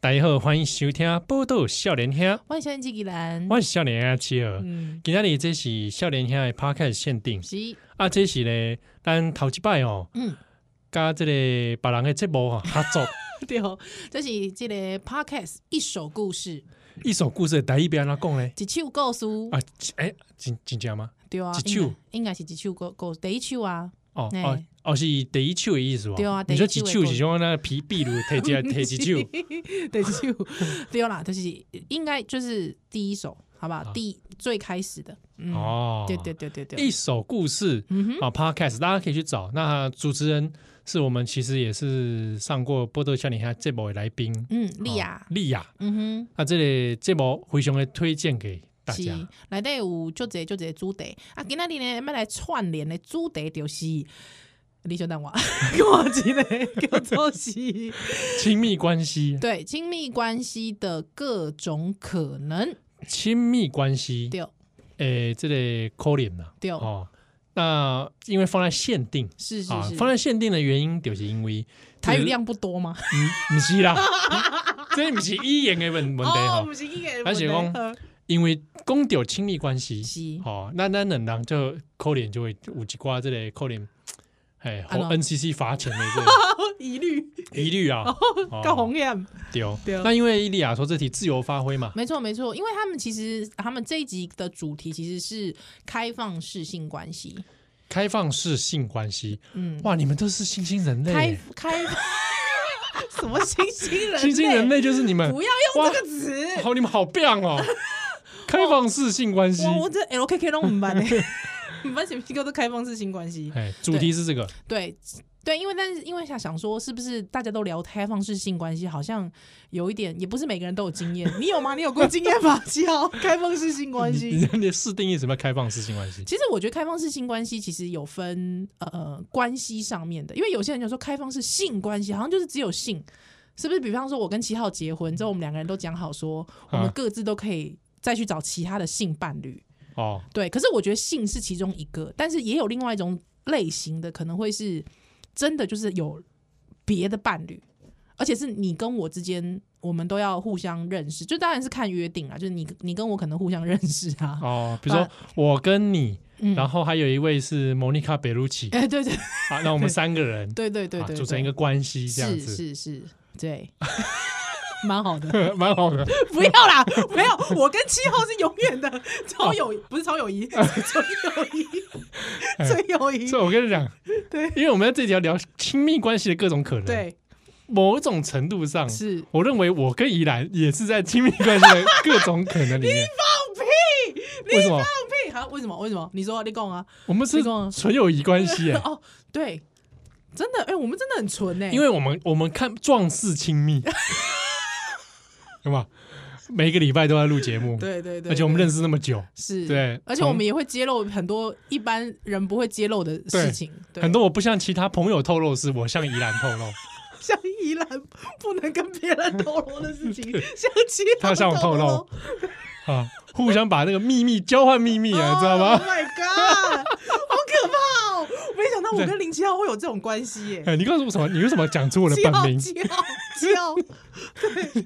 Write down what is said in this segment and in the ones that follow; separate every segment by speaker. Speaker 1: 大家好，欢迎收听《报道少年兄》，
Speaker 2: 万象机器人，
Speaker 1: 我是少年兄七儿。
Speaker 2: 嗯，
Speaker 1: 今天这是少年兄的 Podcast 限定
Speaker 2: 是，
Speaker 1: 啊，这是咧咱头一摆哦，
Speaker 2: 嗯，
Speaker 1: 甲这个别人的节目 啊合作，
Speaker 2: 对哦，这是这个 podcast 一首故事，
Speaker 1: 一首故事的台语要安怎讲咧？
Speaker 2: 一首故事，
Speaker 1: 啊，诶、真真正吗？
Speaker 2: 对啊，
Speaker 1: 一首
Speaker 2: 应该应该是一首故故第一首啊，
Speaker 1: 哦
Speaker 2: 嘿
Speaker 1: 哦哦，是第一手的意思哦。
Speaker 2: 对啊
Speaker 1: 你说
Speaker 2: 第
Speaker 1: 一
Speaker 2: 一手
Speaker 1: 手
Speaker 2: 的
Speaker 1: 是像那个皮壁炉摕 啊一摕一手，
Speaker 2: 第一首，对啦，就是应该就是第一首，好不好？第最开始的，嗯，
Speaker 1: 啊哦，
Speaker 2: 对对对对对
Speaker 1: 一，首故事
Speaker 2: 嗯哼，
Speaker 1: 啊，Podcast 大家可以去找。那主持人是我们其实也是上过《波多少年兄》这部的来宾
Speaker 2: 嗯，丽
Speaker 1: 哦
Speaker 2: 亚，
Speaker 1: 丽亚。
Speaker 2: 嗯
Speaker 1: 啊，这个节目非常的推荐给大
Speaker 2: 哼，是
Speaker 1: 家。，
Speaker 2: 内底有就这就这主题，啊，今仔日呢，要来串联的主题就是。你小等我， 给我一个叫做是
Speaker 1: 亲密关系，
Speaker 2: 对亲密关系的各种可能，
Speaker 1: 亲密关系，
Speaker 2: 对
Speaker 1: 诶，这个扣脸呐，
Speaker 2: 对，
Speaker 1: 哦，那因为放在限定
Speaker 2: 是是
Speaker 1: 啊
Speaker 2: 是，，
Speaker 1: 放在限定的原因就是因为
Speaker 2: 台语
Speaker 1: 这个，
Speaker 2: 量不多吗？
Speaker 1: 嗯，不 是啦，这不是语言的问问题
Speaker 2: 哦，
Speaker 1: 哈
Speaker 2: 不，是一个
Speaker 1: 而
Speaker 2: 问
Speaker 1: 且
Speaker 2: 题，
Speaker 1: 讲
Speaker 2: 呃
Speaker 1: 因为讲到亲密关系，
Speaker 2: 是
Speaker 1: 哦，那那两人就扣脸就会有一挂这个扣脸，哎，
Speaker 2: 安
Speaker 1: 和
Speaker 2: 怎
Speaker 1: NCC 罚钱的 这
Speaker 2: 疑虑
Speaker 1: 个疑虑啊，哦
Speaker 2: 够红艳，
Speaker 1: 丢
Speaker 2: 对
Speaker 1: 那因为伊利亚说这题自由发挥嘛，
Speaker 2: 没错没错，因为他们其实他们这一集的主题其实是开放式性关系，
Speaker 1: 开放式性关系，
Speaker 2: 嗯，
Speaker 1: 哇，你们都是新兴人
Speaker 2: 开
Speaker 1: 类，
Speaker 2: 开 什么新兴人，
Speaker 1: 新兴人，类就是你们，
Speaker 2: 不要
Speaker 1: 哇
Speaker 2: 用这个词，
Speaker 1: 好，你们好棒 哦，开放式性关系，
Speaker 2: 我我这 LKK 都唔办 呢，唔办什么叫做开放式性关系？
Speaker 1: 哎，主题是这个，
Speaker 2: 对对，因为但是因为想想说，是不是大家都聊开放式性关系，好像有一点，也不是每个人都有经验。你有吗？你有过经验吗？ 七号开放式性关
Speaker 1: 你你
Speaker 2: 系。
Speaker 1: 你是定义什么叫开放式性关系？
Speaker 2: 其实我觉得开放式性关系其实有分呃呃关系上面的，因为有些人就说开放式性关系好像就是只有性，是不是？比方说我跟七号结婚之后，我们两个人都讲好说，我
Speaker 1: 啊
Speaker 2: 们各自都可以再去找其他的性伴侣。
Speaker 1: 哦，
Speaker 2: 对，可是我觉得性是其中一个，但是也有另外一种类型的，可能会是真的就是有别的伴侣，而且是你跟我之间，我们都要互相认识。就当然是看约定啦，就是你你跟我可能互相认识啊。
Speaker 1: 哦，比如说
Speaker 2: 啊
Speaker 1: 我跟你，
Speaker 2: 嗯
Speaker 1: 然后还有一位是莫妮卡贝鲁奇，
Speaker 2: 哎、对对
Speaker 1: 啊，那我们三个人
Speaker 2: 对对对
Speaker 1: 啊
Speaker 2: 对，
Speaker 1: 组成
Speaker 2: 对
Speaker 1: 一个关系，这样
Speaker 2: 是
Speaker 1: 子，
Speaker 2: 是是， 对，蛮好的。
Speaker 1: 蛮好 的，
Speaker 2: 不要啦，不要，我跟七号是永远的超友，不是超 友谊，纯友谊，
Speaker 1: 哎
Speaker 2: 纯友谊
Speaker 1: 所。以我跟你讲，
Speaker 2: 对，
Speaker 1: 因为我们在这里要聊亲密关系的各种可能，，
Speaker 2: 对，
Speaker 1: 某种程度上
Speaker 2: 是
Speaker 1: 我认为我跟宜兰也是在亲密关系的各种可能里 面。
Speaker 2: 你
Speaker 1: 为什么？
Speaker 2: 配合哎为什么？为什么？你说你讲啊？
Speaker 1: 我们是
Speaker 2: 你讲啊
Speaker 1: 纯友谊关系耶，
Speaker 2: 哦，对，真的，哎、我们真的很纯哎、
Speaker 1: 啊因为我们我们看壮士亲 密，对吧？每个礼拜都在录节目，
Speaker 2: 对对对，
Speaker 1: 而且我们
Speaker 2: 对
Speaker 1: 认识那么久，
Speaker 2: 是，
Speaker 1: 对
Speaker 2: 而且我们也会揭露很多一般人不会揭露的事情，对，
Speaker 1: 很多我不像其他朋友透露的事，我向宜兰透露，
Speaker 2: 像依兰不能跟别人透露的事情， 像其
Speaker 1: 他向我透露啊，互相把那个秘密交换秘密啊，知道
Speaker 2: o h
Speaker 1: 吗？
Speaker 2: Oh my god，好可怕哦！没想到我跟林七号会有这种关系耶、
Speaker 1: 哎，你告诉我什么？你为什么讲出我的
Speaker 2: 七
Speaker 1: 本
Speaker 2: 号，
Speaker 1: 名？
Speaker 2: 七号，七号， 对，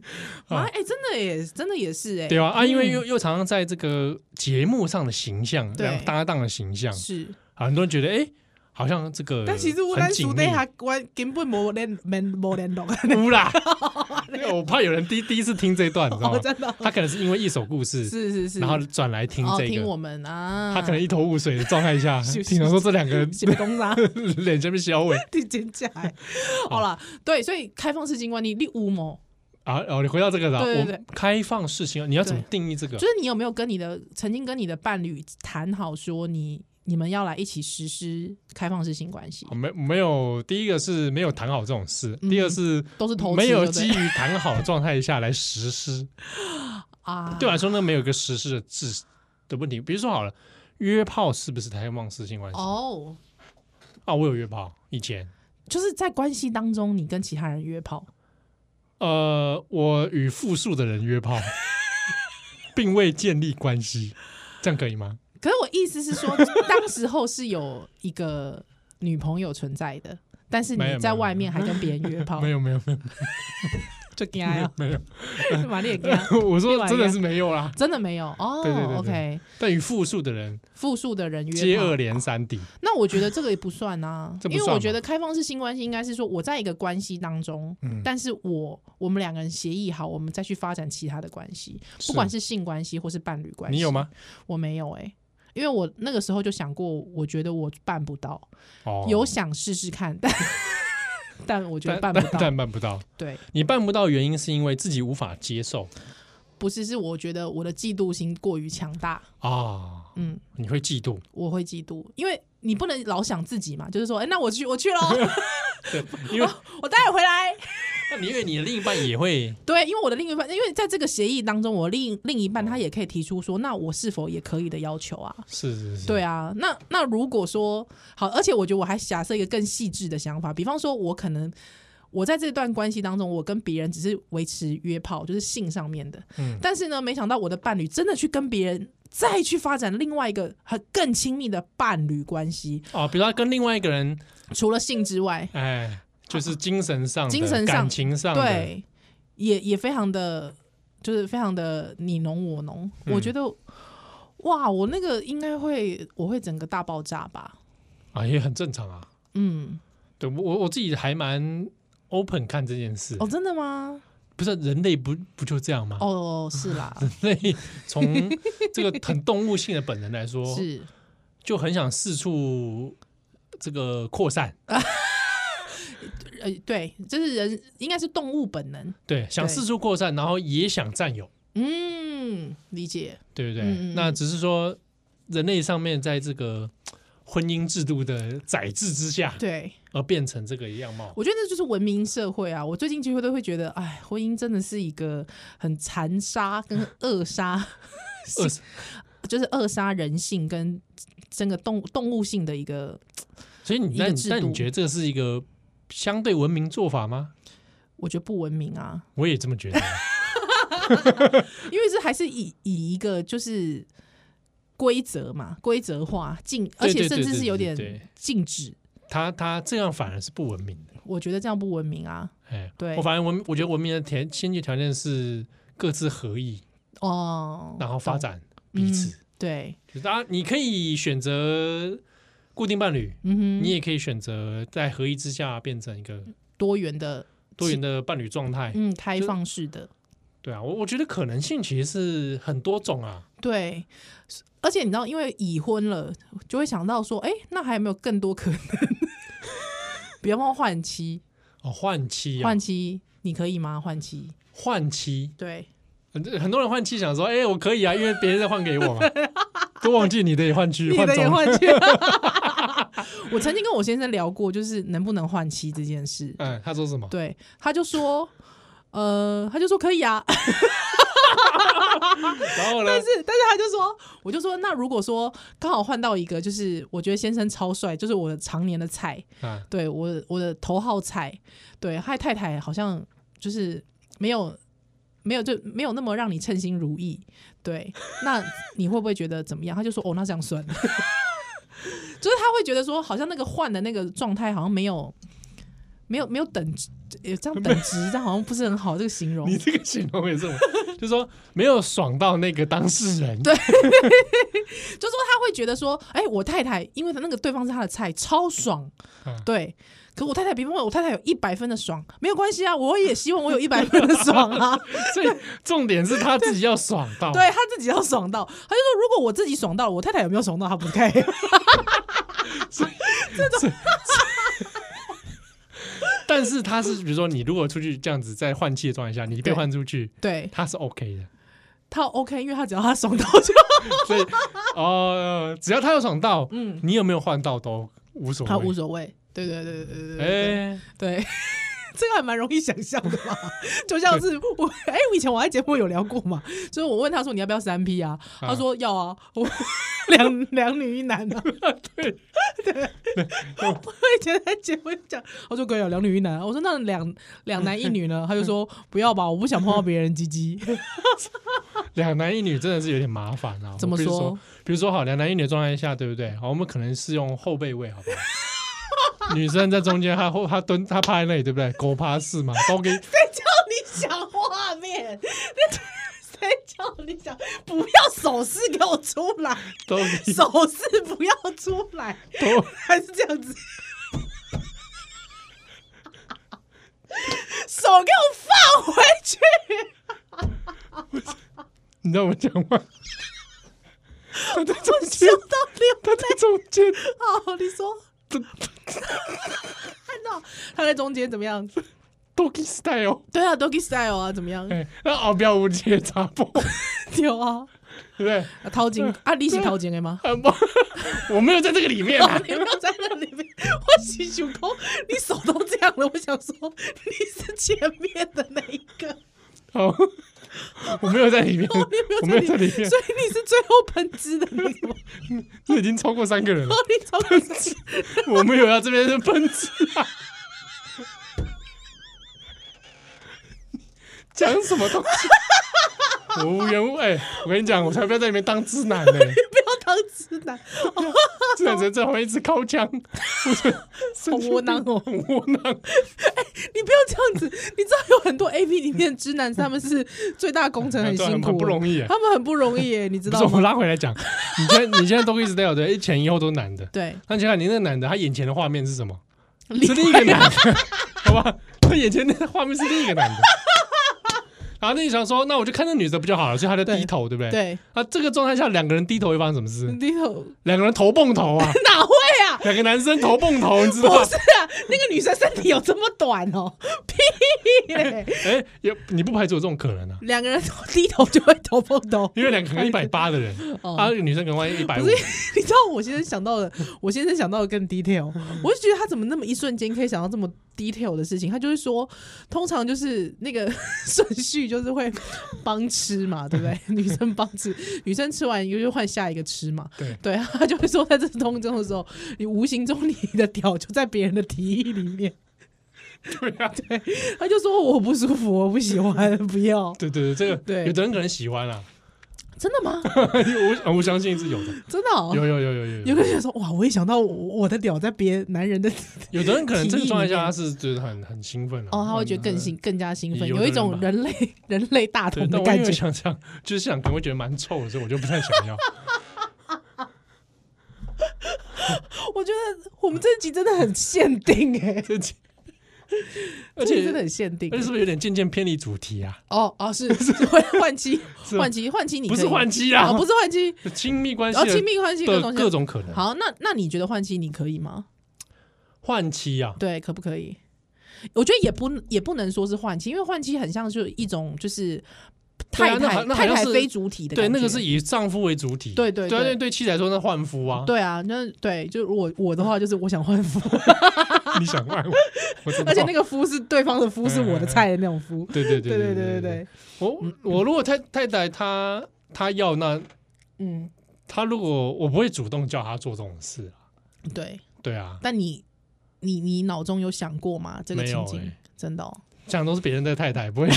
Speaker 2: 啊，哎、真的耶，真的也是哎，
Speaker 1: 对吧？啊，因为又又常常在这个节目上的形象，
Speaker 2: 对
Speaker 1: 搭档的形象，
Speaker 2: 是。
Speaker 1: 啊很多人觉得，哎、好像这个很紧密，
Speaker 2: 但其实我咱厝底下关根本无联联无联络，
Speaker 1: 污啦， 因为我怕有人第第一次听这段，你知道吗
Speaker 2: 哦，？真的哦，
Speaker 1: 他可能是因为一首故事，
Speaker 2: 是是是，
Speaker 1: 然后转来听
Speaker 2: 哦
Speaker 1: 这
Speaker 2: 听
Speaker 1: 个，
Speaker 2: 我们啊，
Speaker 1: 他可能一头雾水的状态下，
Speaker 2: 是是
Speaker 1: 听到说这两个人
Speaker 2: 是被攻 杀，
Speaker 1: 脸前面小尾
Speaker 2: 你真假 的？好啦，对，所以开放式金观，你你有吗？
Speaker 1: 啊，哦，你回到这个了，
Speaker 2: 对对对
Speaker 1: 我开放事情，你要怎么
Speaker 2: 对
Speaker 1: 定义这个
Speaker 2: 就？是你有没有跟你的曾经跟你的伴侣谈好说你你们要来一起实施开放式性关系
Speaker 1: 哦，没没有，第一个是没有谈好这种事，
Speaker 2: 嗯
Speaker 1: 第二是
Speaker 2: 都是投资
Speaker 1: 没有
Speaker 2: 对不对
Speaker 1: 基于谈好的状态下来实施，
Speaker 2: 啊？
Speaker 1: 对我来说呢，没有一个实施的制的问题。比如说好了，约炮是不是开放事情关系？
Speaker 2: 哦，
Speaker 1: 啊，我有约炮，以前。
Speaker 2: 就是在关系当中，你跟其他人约炮，
Speaker 1: 呃，我与复数的人约 炮，并未建立关系，这样可以吗？
Speaker 2: 可是我意思是说， 当时候是有一个女朋友存在的，但是
Speaker 1: 没有
Speaker 2: 你在外面还跟别人约炮，
Speaker 1: 没有没有没有，
Speaker 2: 就惊 呀，
Speaker 1: 没有，
Speaker 2: 玛丽也惊，
Speaker 1: 我说真的是没有啦。
Speaker 2: 真的没有哦。
Speaker 1: 对对对对
Speaker 2: OK，
Speaker 1: 但与复数的人
Speaker 2: 复数的人约
Speaker 1: 接
Speaker 2: 炮
Speaker 1: 二连三抵，，
Speaker 2: 那我觉得这个也不算 啊
Speaker 1: 这不
Speaker 2: 因为
Speaker 1: 算
Speaker 2: 我
Speaker 1: 吗
Speaker 2: 觉得开放式性关系应该是说，我在一个关系当中，
Speaker 1: 嗯
Speaker 2: 但是我我们两个人协议好，我们再去发展其他的关系，
Speaker 1: 是
Speaker 2: 不管是性关系或是伴侣关系。
Speaker 1: 你有？吗？
Speaker 2: 我没有哎、因为我那个时候就想过，我觉得我办不到，
Speaker 1: 哦，
Speaker 2: 有想试试看，但但我觉得
Speaker 1: 但
Speaker 2: 办不
Speaker 1: 但
Speaker 2: 到。
Speaker 1: 但办不到。
Speaker 2: 对，
Speaker 1: 你办不到原因是因为自己无法接受
Speaker 2: 不是是我觉得我的嫉妒心过于强大，
Speaker 1: 啊，
Speaker 2: 嗯，
Speaker 1: 你会嫉妒，
Speaker 2: 我会嫉妒，因为你不能老想自己嘛，就是说，哎、那我去，我去喽，
Speaker 1: 对，因为
Speaker 2: 我待会回来。
Speaker 1: 那你因为你的另一半也会
Speaker 2: 对，因为我的另一半，因为在这个协议当中，我另另一
Speaker 1: 哦
Speaker 2: 半他也可以提出说，那我是否也可以的要求啊？
Speaker 1: 是是是，
Speaker 2: 对啊，那那如果说好，而且我觉得我还假设一个更细致的想法，比方说，我可能我在这段关系当中，我跟别人只是维持约炮，就是性上面的，
Speaker 1: 嗯
Speaker 2: 但是呢，没想到我的伴侣真的去跟别人再去发展另外一个很更亲密的伴侣关系，
Speaker 1: 哦，比如他跟另外一个人，
Speaker 2: 除了性之外，
Speaker 1: 哎，就是精神上的、
Speaker 2: 精神上
Speaker 1: 感情上的，
Speaker 2: 对，也也非常的，就是非常的你侬我侬。
Speaker 1: 嗯
Speaker 2: 我觉得，哇，我那个应该会，我会整个大爆炸吧？
Speaker 1: 啊，也很正常啊。
Speaker 2: 嗯，
Speaker 1: 对我我自己还蛮 open 看这件事，
Speaker 2: 哦，真的吗？
Speaker 1: 不是人类不不就这样吗？
Speaker 2: 哦，是啦，
Speaker 1: 人类从这个很动物性的本能来 说，
Speaker 2: 是，
Speaker 1: 就很想四处这个扩散，
Speaker 2: 呃，对，这是人，应该是动物本能。
Speaker 1: 对，想
Speaker 2: 对
Speaker 1: 四处扩散，然后也想占有，
Speaker 2: 嗯，理解。
Speaker 1: 对不对？
Speaker 2: 嗯嗯嗯
Speaker 1: 那只是说人类上面在这个婚姻制度的宰制之下，
Speaker 2: 对，
Speaker 1: 而变成这个样貌。
Speaker 2: 我觉得这就是文明社会啊。我最近几乎都会觉得，哎，婚姻真的是一个很残杀跟扼杀
Speaker 1: 二十，
Speaker 2: 就是扼杀人性跟整个动动物性的一个，
Speaker 1: 所以你那
Speaker 2: 一个
Speaker 1: 你
Speaker 2: 制
Speaker 1: 那你
Speaker 2: 度
Speaker 1: 觉得这是一个相对文明做法吗？
Speaker 2: 我觉得不文明啊。
Speaker 1: 我也这么觉得。
Speaker 2: 因为这还是以以一个就是规则嘛，规则化禁，而
Speaker 1: 对
Speaker 2: 且
Speaker 1: 对
Speaker 2: 甚
Speaker 1: 对
Speaker 2: 至
Speaker 1: 对
Speaker 2: 是有
Speaker 1: 对对
Speaker 2: 点禁止。
Speaker 1: 他他这样反而是不文明的。
Speaker 2: 我觉得这样不文明啊！
Speaker 1: 哎，
Speaker 2: 对
Speaker 1: 我反正文，我觉得文明的条先决条件是各自合意，
Speaker 2: 哦，
Speaker 1: 然后发
Speaker 2: 懂嗯
Speaker 1: 展彼此。
Speaker 2: 对，
Speaker 1: 就是大家你可以选择固定伴侣，
Speaker 2: 嗯哼，
Speaker 1: 你也可以选择在合意之下变成一个
Speaker 2: 多元的，
Speaker 1: 多元的伴侣状态。
Speaker 2: 嗯，开放式的，
Speaker 1: 对啊，我我觉得可能性其实是很多种啊。
Speaker 2: 对。而且你知道，因为已婚了，就会想到说，哎，那还有没有更多可能？ 比方换妻，
Speaker 1: 哦，换妻啊
Speaker 2: 换，妻，你可以吗？换妻，
Speaker 1: 换妻，
Speaker 2: 对，
Speaker 1: 很很多人换妻想说，哎、我可以啊，因为别人在换给我嘛，都忘记你的也换去，换走了。
Speaker 2: 换妻。 我曾经跟我先生聊过，就是能不能换妻这件事。
Speaker 1: 嗯，他说什么？
Speaker 2: 对，他就说，呃，他就说可以啊，但
Speaker 1: 然后呢？
Speaker 2: 是但是他就说，我就说，那如果说刚好换到一个，就是我觉得先生超帅，就是我常年的菜，
Speaker 1: 啊，
Speaker 2: 对我的我的头号菜，对，害太太好像就是没有。没有，就没有那么让你称心如意。对，那你会不会觉得怎么样？他就说：“哦，那这样算了。” 就是他会觉得说，好像那个换的那个状态，好像没有，没有，没有等值，呃这样等值，这样好像不是很好。这个形容，
Speaker 1: 你这个形容也是我，就是说没有爽到那个当事人。
Speaker 2: 对就说他会觉得说，哎、我太太，因为那个对方是他的菜，超爽，
Speaker 1: 嗯
Speaker 2: 对。可我太太，比方说我太太有一百分的爽，没有关系啊，我也希望我有一百分的爽啊。
Speaker 1: 所以重点是他自己要爽到。
Speaker 2: 对他自己要爽到，他就说如果我自己爽到了，我太太有没有爽到，他不 care。
Speaker 1: 但是他是比如说你如果出去这样子在换气的状态下，你被
Speaker 2: 对
Speaker 1: 换出去，
Speaker 2: 对
Speaker 1: 他是 OK 的。
Speaker 2: 他 OK，因为他只要他爽到就
Speaker 1: 所以哦，只要他有爽到，嗯
Speaker 2: 嗯，
Speaker 1: 你有没有换到都无所谓。
Speaker 2: 他无所谓。对对对对对对对
Speaker 1: 哎，
Speaker 2: 对， 这个还蛮容易想象的 嘛。就像是我，哎、我以前我在节目有聊过嘛，就是我问他说你要不要三 P 啊，他说要啊， 我两两女一男啊。
Speaker 1: 对，
Speaker 2: 我以前在节目讲，我说可以啊，两女一男啊。我说那两两男一女呢？他 就说不要吧，我不想碰到别人鸡鸡。
Speaker 1: 两男一女真的是有点麻烦啊。
Speaker 2: 怎么
Speaker 1: 我必须
Speaker 2: 说
Speaker 1: 说？比如说好，两男一女的状态下，对不对？好，我们可能是用后背位，好不好？ 女生在中间，她后她蹲，她趴在那里，对不对？狗趴式嘛，都给
Speaker 2: 谁叫你想画面， 谁叫你想不要手势给我出来，
Speaker 1: 都你
Speaker 2: 手势不要出来，
Speaker 1: 都
Speaker 2: 还是这样子，手给我放回去。
Speaker 1: 你让我讲话。他在中
Speaker 2: 笑
Speaker 1: 间，
Speaker 2: 到流
Speaker 1: 他在中间，
Speaker 2: 哦，你说
Speaker 1: 都
Speaker 2: 看到他在中间怎么样？
Speaker 1: 都 g style，
Speaker 2: 对啊，doggy style 啊，怎么样？
Speaker 1: 哎，那后边有一个查甫，
Speaker 2: 有啊，
Speaker 1: 对不对？
Speaker 2: 啊掏金啊，你是掏金的吗？
Speaker 1: 啊不，我没有在这个里面啊
Speaker 2: 哦， 你没有在那里面，我洗手空，你手都这样了，我想说你是前面的那一个，
Speaker 1: 好，我没有在里面，我
Speaker 2: 你
Speaker 1: 没有在
Speaker 2: 在
Speaker 1: 里面
Speaker 2: 所，以你是最后喷汁的那个吗，
Speaker 1: 这已经超过三个人了
Speaker 2: 哦，，你超喷汁，
Speaker 1: 我没有要这边是喷子啊， 讲什么东西？我无缘无哎、我跟你讲，我才不要在里面当直男 呢、
Speaker 2: 不要当直男，
Speaker 1: 直男在这旁边一直靠 枪，
Speaker 2: 好窝囊哦。
Speaker 1: 很窝囊。
Speaker 2: 你不要这样子，你知道有很多 A P 里面的直男，他们是最大功臣，
Speaker 1: 对啊
Speaker 2: 辛苦，
Speaker 1: 很不容易耶
Speaker 2: 他们很不容易耶，你知
Speaker 1: 不是，
Speaker 2: 道
Speaker 1: 我
Speaker 2: 吗？
Speaker 1: 拉回来讲，你现在你现在都一直在有的，一前一后都是男的。
Speaker 2: 对，
Speaker 1: 那想想你那个男的，他眼前的画面是什么？
Speaker 2: 另
Speaker 1: 是另一个男的， 好吧？他眼前那个画面是另一个男的。然后那你想说，那我就看那女的不就好了？所以他就低头，对不对？
Speaker 2: 对，
Speaker 1: 啊，这个状态下两个人低头会发生什么事？
Speaker 2: 你有
Speaker 1: 两个人头蹦头 啊，
Speaker 2: 哪会啊？
Speaker 1: 两个男生头蹦头，你知道
Speaker 2: 不
Speaker 1: 吗？
Speaker 2: 是啊，那个女生身体有这么短哦， 屁嘞！
Speaker 1: 哎，有你不排除有这种可能啊，
Speaker 2: 两个人低头就会头碰头。
Speaker 1: 因为两个可能一百八的人，
Speaker 2: 哦
Speaker 1: 啊，女生可能万一百五
Speaker 2: 不，是，你知道我先生想到的，我先生想到的更 detail，我就觉得他怎么那么一瞬间可以想到这么 detail 的事情？他就是说，通常就是那个 顺序就是会帮吃嘛，对不 对？女生帮吃，女生吃完一个就换下一个吃嘛。
Speaker 1: 对
Speaker 2: 对，他就会说，在这当中的时候，你无形中你的屌就在别人的提议里 面，
Speaker 1: 对啊，
Speaker 2: 他就说我不舒服，我不喜欢，不要。
Speaker 1: 对对对，这个
Speaker 2: 对
Speaker 1: 有的人可能喜欢啊，
Speaker 2: 真的吗？
Speaker 1: 我我相信是有的，
Speaker 2: 真的、哦？
Speaker 1: 有有有有有
Speaker 2: 有
Speaker 1: 有，
Speaker 2: 个人说：“哇，我一想到我我的屌在别男人的
Speaker 1: 有的人可能这个状态下他是觉得很很兴奋啊
Speaker 2: 哦，他会觉得更。兴更加兴奋，
Speaker 1: 有
Speaker 2: 有
Speaker 1: 的
Speaker 2: 一
Speaker 1: 人吧
Speaker 2: 种人类 人类大
Speaker 1: 对，但
Speaker 2: 同的
Speaker 1: 我
Speaker 2: 感
Speaker 1: 因为
Speaker 2: 觉。
Speaker 1: 想想，就是想可能会觉得蛮臭的，所以我就不太想 要。
Speaker 2: 我觉得我们这一集真的很限定哎、
Speaker 1: 这集 而
Speaker 2: 这集
Speaker 1: 且
Speaker 2: 真的很限定
Speaker 1: 而且是不是有点渐渐偏离主题啊？
Speaker 2: 哦哦 是是会换妻
Speaker 1: 是啊
Speaker 2: 换妻换妻你
Speaker 1: 不
Speaker 2: 可以，
Speaker 1: 是换妻啊，
Speaker 2: 啊不是换 妻，
Speaker 1: 亲密关系
Speaker 2: 然后
Speaker 1: 的
Speaker 2: 亲密关系各
Speaker 1: 的
Speaker 2: 种
Speaker 1: 各种可能。
Speaker 2: 好，那那你觉得换妻你可以吗？
Speaker 1: 换妻啊，
Speaker 2: 对，可不可以？我觉得也不也不能说是换妻，因为换妻很像是一种就是
Speaker 1: 对啊
Speaker 2: 太
Speaker 1: 那
Speaker 2: 太、
Speaker 1: 好那好
Speaker 2: 太
Speaker 1: 像
Speaker 2: 太
Speaker 1: 是
Speaker 2: 非主体的
Speaker 1: 对，
Speaker 2: 感觉，
Speaker 1: 那个是以丈夫为主体。
Speaker 2: 对对
Speaker 1: 对啊，
Speaker 2: 对
Speaker 1: 对妻子来说，那换夫啊，
Speaker 2: 对啊，那对，就如果我的话就是我想换夫，
Speaker 1: 你想换 我，我知道
Speaker 2: 而且那个夫是对方的夫，是我的菜的那种夫。
Speaker 1: 对嗯对
Speaker 2: 对
Speaker 1: 对
Speaker 2: 对对
Speaker 1: 对，
Speaker 2: 对对，
Speaker 1: 我我如果太太太她她要那
Speaker 2: 嗯，
Speaker 1: 她如果我不会主动叫她做这种事啊，
Speaker 2: 对。
Speaker 1: 对啊，
Speaker 2: 但你你你脑中有想过吗？这个
Speaker 1: 没
Speaker 2: 情
Speaker 1: 有
Speaker 2: 景、
Speaker 1: 欸
Speaker 2: 真的、哦，
Speaker 1: 这样都是别人的太太，不会。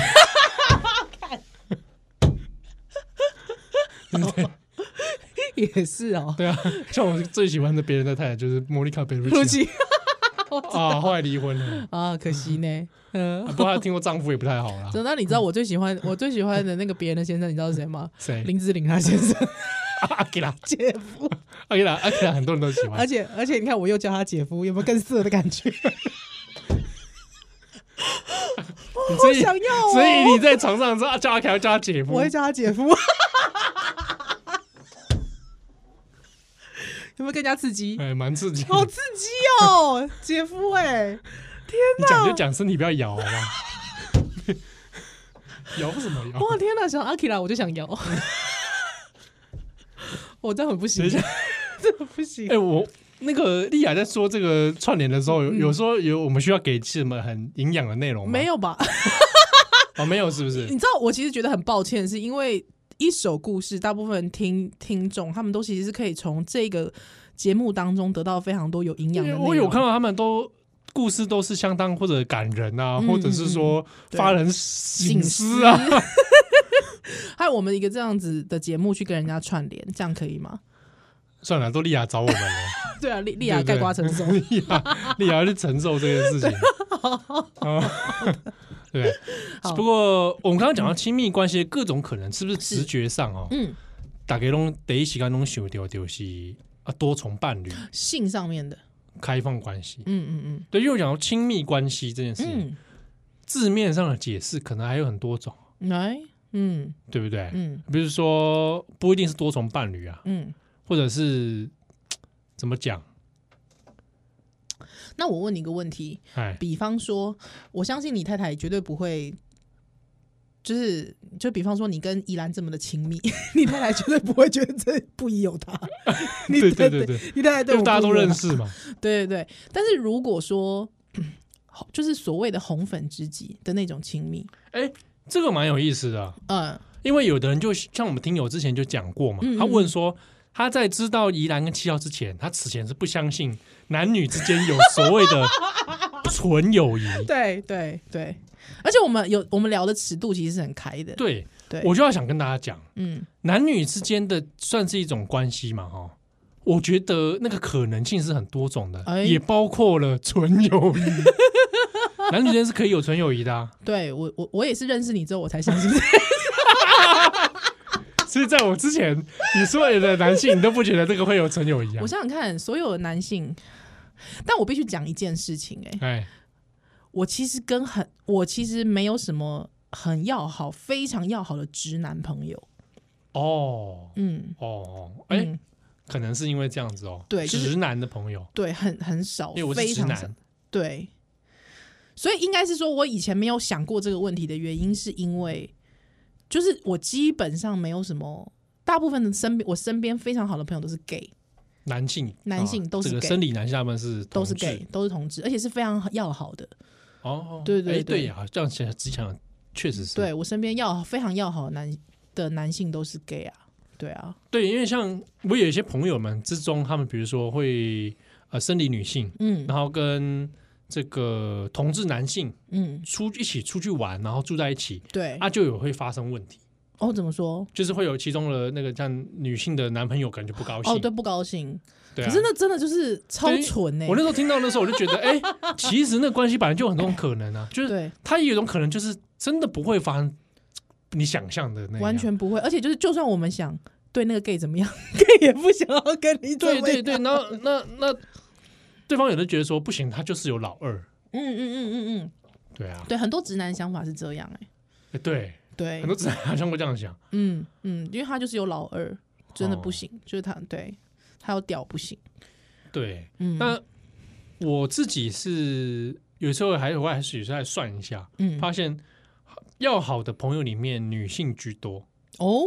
Speaker 1: 对
Speaker 2: 也是哦。
Speaker 1: 对啊，像我最喜欢的别人的太太就是莫妮卡·贝
Speaker 2: 陆
Speaker 1: 鲁奇
Speaker 2: 琪
Speaker 1: 啊，后来离婚了，
Speaker 2: 啊，可惜 呢。嗯
Speaker 1: 啊，不过她听过丈夫也不太好 啦。
Speaker 2: 真的，那你知道我最喜欢我最喜欢的那个别人的先生，你知道是谁 吗？
Speaker 1: 谁？
Speaker 2: 林志玲她先生
Speaker 1: 啊阿基拉，
Speaker 2: 姐 夫，
Speaker 1: 阿基拉，阿基拉，很多人都喜欢
Speaker 2: 而。且而且你看我又叫他姐夫，有没有更色的感觉？
Speaker 1: 所
Speaker 2: 我
Speaker 1: 以，
Speaker 2: 想要哦，
Speaker 1: 所以你在床上叫叫阿凯要叫他姐夫
Speaker 2: 我，会叫他姐夫。 有没有更加刺激？
Speaker 1: 哎，蛮刺激的。
Speaker 2: 好刺激哦，姐夫哎、
Speaker 1: 你讲就讲，身体不要摇，好吧？ 摇什么摇？
Speaker 2: 哇天哪，想阿 k i 我就想摇， 我这样很不
Speaker 1: 等
Speaker 2: 行
Speaker 1: 一下，
Speaker 2: 这个不行
Speaker 1: 哎、。我那个丽雅在说这个串联的时候，有有说有我们需要给什么很营养的内容吗？
Speaker 2: 嗯没有吧？
Speaker 1: 哦，没有，是不是？
Speaker 2: 你知道我其实觉得很抱歉，是因为一首故事，大部分听听众他们都其实是可以从这个节目当中得到非常多有营
Speaker 1: 因
Speaker 2: 养的
Speaker 1: 为
Speaker 2: 内容。
Speaker 1: 我有看到他们都故事都是相当或者感人啊，
Speaker 2: 嗯
Speaker 1: 或者是说
Speaker 2: 对
Speaker 1: 发人省思啊。。
Speaker 2: 还有我们一个这样子的节目去跟人家串联，这样可以吗？
Speaker 1: 算了，都莉亚找我们了，
Speaker 2: 对啊，莉莉亚
Speaker 1: 对不对，
Speaker 2: 盖瓜承受
Speaker 1: 莉 亚莉亚去承受这件事情。啊， 对。
Speaker 2: 好
Speaker 1: 不过我们刚刚讲到亲密关系的各种可能，是不是
Speaker 2: 是
Speaker 1: 直觉上哦，
Speaker 2: 嗯，
Speaker 1: 大家拢第一时间拢想到就是啊多重伴侣、
Speaker 2: 性上面的，
Speaker 1: 开放关系。
Speaker 2: 嗯嗯
Speaker 1: 对，又讲到亲密关系这件事情，
Speaker 2: 嗯
Speaker 1: 字面上的解释可能还有很多种，
Speaker 2: 嗯，来，嗯
Speaker 1: 对不对？
Speaker 2: 嗯
Speaker 1: 比如说不一定是多重伴侣啊，
Speaker 2: 嗯。
Speaker 1: 或者是怎么讲？
Speaker 2: 那我问你一个问题，
Speaker 1: 哎，
Speaker 2: 比方说，我相信你太太绝对不会，就是就比方说你跟宜兰这么的亲密， 你太太绝对不会觉得这不宜有 他。 你
Speaker 1: 对
Speaker 2: 太
Speaker 1: 对
Speaker 2: 太
Speaker 1: 对对，
Speaker 2: 你太太
Speaker 1: 因
Speaker 2: 对
Speaker 1: 为
Speaker 2: 我
Speaker 1: 大家
Speaker 2: 不宜
Speaker 1: 都
Speaker 2: 有
Speaker 1: 认
Speaker 2: 他。
Speaker 1: 识嘛，
Speaker 2: 对对对，但是如果说就是所谓的红粉知己的那种亲密，
Speaker 1: 这个蛮有意思的啊、
Speaker 2: 嗯
Speaker 1: 因为有的人就像我们听友之前就讲过嘛，
Speaker 2: 嗯嗯
Speaker 1: 他问说他在知道宜兰跟七号之前，他此前是不相信男女之间有所谓的纯友 谊。
Speaker 2: 对对对，而且我们有我们聊的尺度其实是很开的，
Speaker 1: 对，
Speaker 2: 对
Speaker 1: 我就要想跟大家讲，
Speaker 2: 嗯
Speaker 1: 男女之间的算是一种关系嘛，哈。我觉得那个可能性是很多种的，
Speaker 2: 哎
Speaker 1: 也包括了纯友 谊。男女之间是可以有纯友谊的、啊，
Speaker 2: 对我我我也是认识你之后我 才相信，
Speaker 1: 所以在我之前，你所有的男性你都不觉得这个会有纯友谊啊
Speaker 2: 我？想想看，所有的男性，但我必须讲一件事情、欸，
Speaker 1: 哎，
Speaker 2: 我其实跟很我其实没有什么很要好、非常要好的直男朋友，
Speaker 1: 哦，
Speaker 2: 嗯，
Speaker 1: 哦，哎、
Speaker 2: 嗯
Speaker 1: 可能是因为这样子哦，
Speaker 2: 对就是
Speaker 1: 直男的朋友，
Speaker 2: 对，很很少，
Speaker 1: 因为我是
Speaker 2: 非
Speaker 1: 直
Speaker 2: 常少
Speaker 1: 男，，
Speaker 2: 对，所以应该是说我以前没有想过这个问题的原因，是因为就是我基本上没有什么，大部分的身边我身边非常好的朋友都是 gay，
Speaker 1: 男性，
Speaker 2: 男性
Speaker 1: 啊
Speaker 2: 都是
Speaker 1: 这个
Speaker 2: gay
Speaker 1: 生理男性他们是
Speaker 2: 都是
Speaker 1: 同志
Speaker 2: gay，都是同志，而且是非常要好的，
Speaker 1: 哦哦，
Speaker 2: 对
Speaker 1: 哎
Speaker 2: 对对
Speaker 1: 对呀，这样想只想确实是
Speaker 2: 对我身边要非常要好的男的男性都是 gay 啊，对啊，
Speaker 1: 对，因为像我有一些朋友们之中，他们比如说会呃生理女性，
Speaker 2: 嗯
Speaker 1: 然后跟这个同志男性
Speaker 2: 嗯，
Speaker 1: 出一起出去玩，然后住在一起，
Speaker 2: 对，
Speaker 1: 啊，就有会发生问题。
Speaker 2: 哦，怎么说？
Speaker 1: 就是会有其中的那个像女性的男朋友可能就不高兴，
Speaker 2: 哦，对，不高兴。
Speaker 1: 对啊
Speaker 2: 可是那真的就是超蠢欸呢、
Speaker 1: 我那时候听到的时候，我就觉得，哎、其实那关系本来就有很多种可能啊，就是
Speaker 2: 对，
Speaker 1: 它也有一种可能，就是真的不会发生你想象的那样
Speaker 2: 完。全不会。而且就是，就算我们想对那个 gay 怎么样 ，gay 也不想要跟你怎
Speaker 1: 对
Speaker 2: 么样
Speaker 1: 对对，然后那那对方有的觉得说不行，他就是有老二，
Speaker 2: 嗯嗯嗯嗯嗯，
Speaker 1: 对啊，
Speaker 2: 对，很多直男想法是这样哎、
Speaker 1: 哎对，
Speaker 2: 对
Speaker 1: 很，多直男好像会这样想，
Speaker 2: 嗯嗯，因为他就是有老二，真的
Speaker 1: 哦
Speaker 2: 不行，就是他对他有屌不行，
Speaker 1: 对。
Speaker 2: 嗯，
Speaker 1: 那我自己是有时候还我还是有时候还算一下，
Speaker 2: 嗯
Speaker 1: 发现要好的朋友里面女性居多，
Speaker 2: 哦，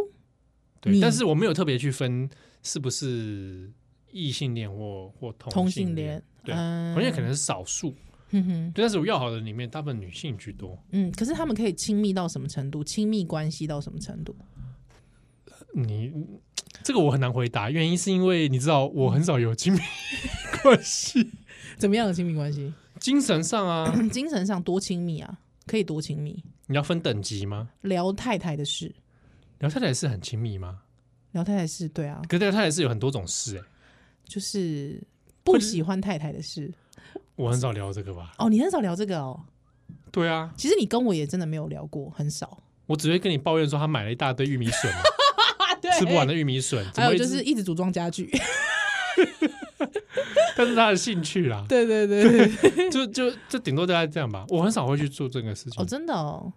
Speaker 1: 对，
Speaker 2: 你
Speaker 1: 但是我没有特别去分是不是异性恋或或同
Speaker 2: 同
Speaker 1: 性
Speaker 2: 性
Speaker 1: 恋
Speaker 2: 恋，，
Speaker 1: 对，
Speaker 2: 嗯
Speaker 1: 同性恋可能是少数，
Speaker 2: 哼哼，
Speaker 1: 对但是我要好的里面大部分女性居多，
Speaker 2: 嗯，可是他们可以亲密到什么程度？亲密关系到什么程度？
Speaker 1: 你这个我很难回答，原因是因为你知道我很少有亲密关系，
Speaker 2: 怎么样的亲密关系？ 嗯
Speaker 1: 精神上啊，
Speaker 2: 精神上多亲密啊？可以多亲密？
Speaker 1: 你要分等级吗？
Speaker 2: 聊太太的事，
Speaker 1: 聊太太是很亲密吗？
Speaker 2: 聊太太是对啊，
Speaker 1: 可是聊太太是有很多种事哎、
Speaker 2: 就是不喜欢太太的事。
Speaker 1: 我很少聊这个吧？
Speaker 2: 哦，你很少聊这个哦。
Speaker 1: 对啊，
Speaker 2: 其实你跟我也真的没有聊过，很少。
Speaker 1: 我只会跟你抱怨说他买了一大堆玉米笋 嘛，吃不完的玉米笋，怎
Speaker 2: 啊还
Speaker 1: 么
Speaker 2: 有
Speaker 1: 一
Speaker 2: 就
Speaker 1: 直
Speaker 2: 是一直组装家具。
Speaker 1: 但是他的兴趣啦，
Speaker 2: 对对对 对，
Speaker 1: 就就就顶多大概这样吧。我很少会去做这个事情。
Speaker 2: 哦，真的哦。